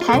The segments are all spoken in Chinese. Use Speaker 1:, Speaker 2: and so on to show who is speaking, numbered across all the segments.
Speaker 1: 台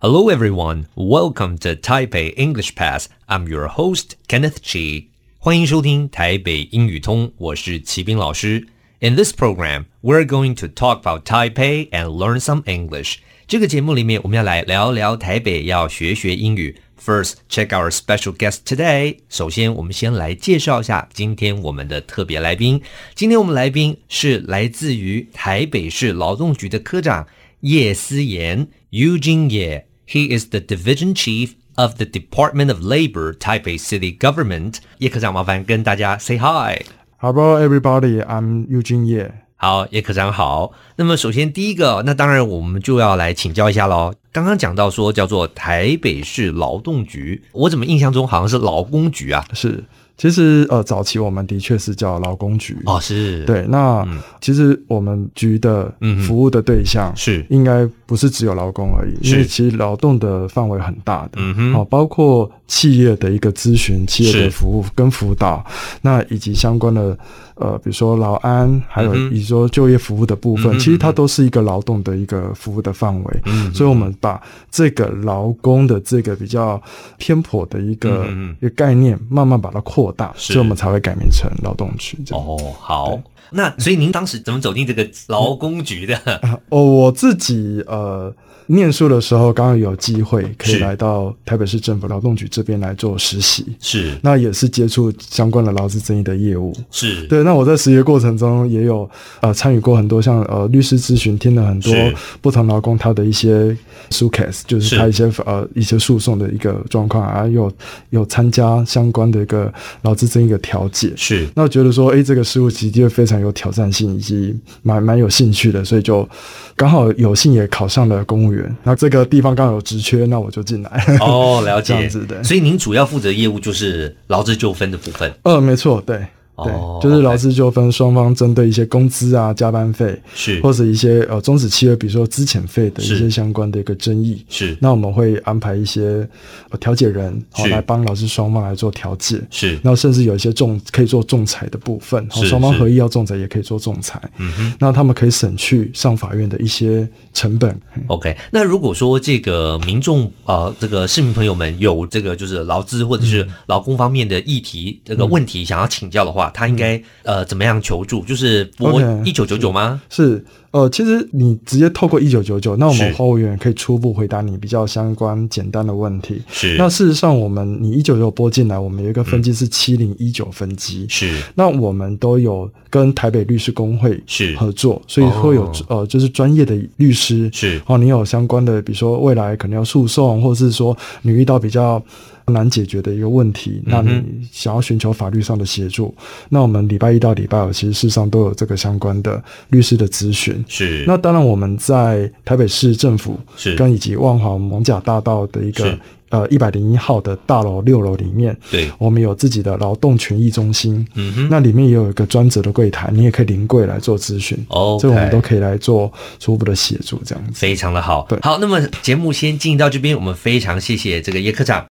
Speaker 2: Hello, everyone. Welcome to Taipei English Pass. I'm your host, Kenneth Chi. 欢迎收听台北英语通，我是齐斌老师。In this program, we're going to talk about Taipei and learn some English. 这个节目里面，我们要来聊聊台北，要学学英语。First, check our special guest today. 首先，我们先来介绍一下今天我们的特别来宾。今天我们来宾是来自于台北市劳动局的科长叶思言 （Eugene Ye）。He is the division chief of the Department of Labor, Taipei City Government. 叶科长，麻烦跟大家 say hi。
Speaker 3: Hello, everybody. I'm Eugene Ye.
Speaker 2: 好，叶科长好。那么首先第一个，那当然我们就要来请教一下喽。刚刚讲到说叫做台北市劳动局，我怎么印象中好像是劳工局啊？
Speaker 3: 是，其实呃，早期我们的确是叫劳工局。
Speaker 2: 哦，是，，
Speaker 3: 对，那、
Speaker 2: 嗯
Speaker 3: 其实我们局的
Speaker 2: 嗯哼
Speaker 3: 服务的对象
Speaker 2: 是，
Speaker 3: 应该不是只有劳工而已，
Speaker 2: 是
Speaker 3: 因为其实劳动的范围很大的。
Speaker 2: 嗯哼，
Speaker 3: 哦，包括企业的一个咨询、企业
Speaker 2: 是
Speaker 3: 的服务跟辅导，那以及相关的呃，比如说劳安，还有
Speaker 2: 嗯哼
Speaker 3: 以及说就业服务的部分，
Speaker 2: 嗯哼
Speaker 3: 其实
Speaker 2: 嗯
Speaker 3: 它
Speaker 2: 哼
Speaker 3: 都是一个劳动的一个服务的范围。
Speaker 2: 嗯
Speaker 3: 所以我们把这个劳工的这个比较偏颇的一个、
Speaker 2: 嗯嗯嗯
Speaker 3: 一个概念，慢慢把它扩大，
Speaker 2: 是
Speaker 3: 所以我们才会改名成劳动局。这样
Speaker 2: 哦，好。那所以您当时怎么走进这个劳工局的？
Speaker 3: 哦，我自己呃念书的时候，刚好有机会可以
Speaker 2: 是
Speaker 3: 来到台北市政府劳动局这边来做实习，
Speaker 2: 是
Speaker 3: 那也是接触相关的劳资争议的业务。
Speaker 2: 是，
Speaker 3: 对，那我在实习的过程中也有呃参与过很多像呃律师咨询，听了很多
Speaker 2: 是
Speaker 3: 不同劳工他的一些诉 case，就是
Speaker 2: 是
Speaker 3: 他一些呃一些诉讼的一个状况啊，有有参加相关的一个劳资争议的调解。
Speaker 2: 是
Speaker 3: 那我觉得说，诶，这个事物其实就非常有挑战性，以及蛮蛮有兴趣的，所以就刚好有幸也考上了公务员。那这个地方刚好有职缺，那我就进来。
Speaker 2: 哦，了
Speaker 3: 这
Speaker 2: 解
Speaker 3: 样。子的
Speaker 2: 所以您主要负责业务就是劳资纠纷的部分。
Speaker 3: 呃，没错，对。对
Speaker 2: 哦，
Speaker 3: 就是劳资纠纷，双方针对一些工资啊、加班费，
Speaker 2: 是
Speaker 3: 或者一些呃终止契约，比如说资遣费的一
Speaker 2: 嗯是
Speaker 3: 些相关的一个争议。
Speaker 2: 是
Speaker 3: 那我们会安排一些呃调解人，好、
Speaker 2: 是
Speaker 3: 来帮劳资双方来做调解。
Speaker 2: 是
Speaker 3: 那甚至有一些仲可以做仲裁的部分，好
Speaker 2: 是
Speaker 3: 双方
Speaker 2: 是
Speaker 3: 合意要仲裁也可以做仲裁。嗯哼，那他们可以省去上法院的一些成本。
Speaker 2: OK，那如果说这个民众呃，这个市民朋友们有这个就是劳资或者是
Speaker 3: 嗯
Speaker 2: 劳工方面的议题、这个问题想要请教的话，他应该呃怎么样求助？就是拨
Speaker 3: 嗯 OK，
Speaker 2: 一九九九吗？
Speaker 3: 是，呃，其实你直接透过一九九九，那我们
Speaker 2: 是
Speaker 3: 花务员可以初步回答你比较相关简单的问题。
Speaker 2: 是
Speaker 3: 那事实上，我们你一九九拨进来，我们有一个分机是七零一九分机。
Speaker 2: 是
Speaker 3: 那我们都有跟台北律师工会
Speaker 2: 是哦
Speaker 3: 合作，所以会有、呃，就是专业的律师
Speaker 2: 是
Speaker 3: 哦，你有相关的，比如说未来可能要诉讼，或者是说你遇到比较难解决的一个问题，
Speaker 2: 嗯
Speaker 3: 那你想要寻求法律上的协助，那我们礼拜一到礼拜五其实事实上都有这个相关的律师的咨询。
Speaker 2: 是
Speaker 3: 那当然，我们在台北市政府
Speaker 2: 是
Speaker 3: 跟以及万华蒙甲大道的一个
Speaker 2: 是
Speaker 3: 呃一百零一号的大楼六楼里面，
Speaker 2: 对
Speaker 3: 我们有自己的劳动权益中心，
Speaker 2: 嗯哼
Speaker 3: 那里面也有一个专责的柜台，你也可以临柜来做咨询，
Speaker 2: OK
Speaker 3: 这我们都可以来做初步的协助，这样子。
Speaker 2: 非常的好
Speaker 3: 对。
Speaker 2: 好，那么节目先进行到这边，我们非常谢谢这个叶科长。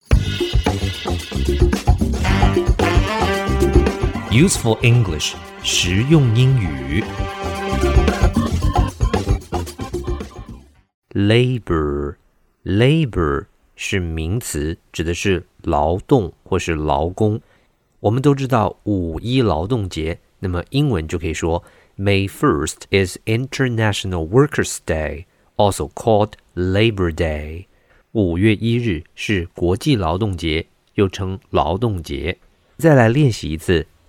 Speaker 2: Useful English，实用英语。Labor，labor 是名词，指的是劳动或是劳工。我们都知道五一劳动节，那么英文就可以说 May 1st is International Workers' Day, also called Labor Day。五月一日是国际劳动节，又称劳动节。再来练习一次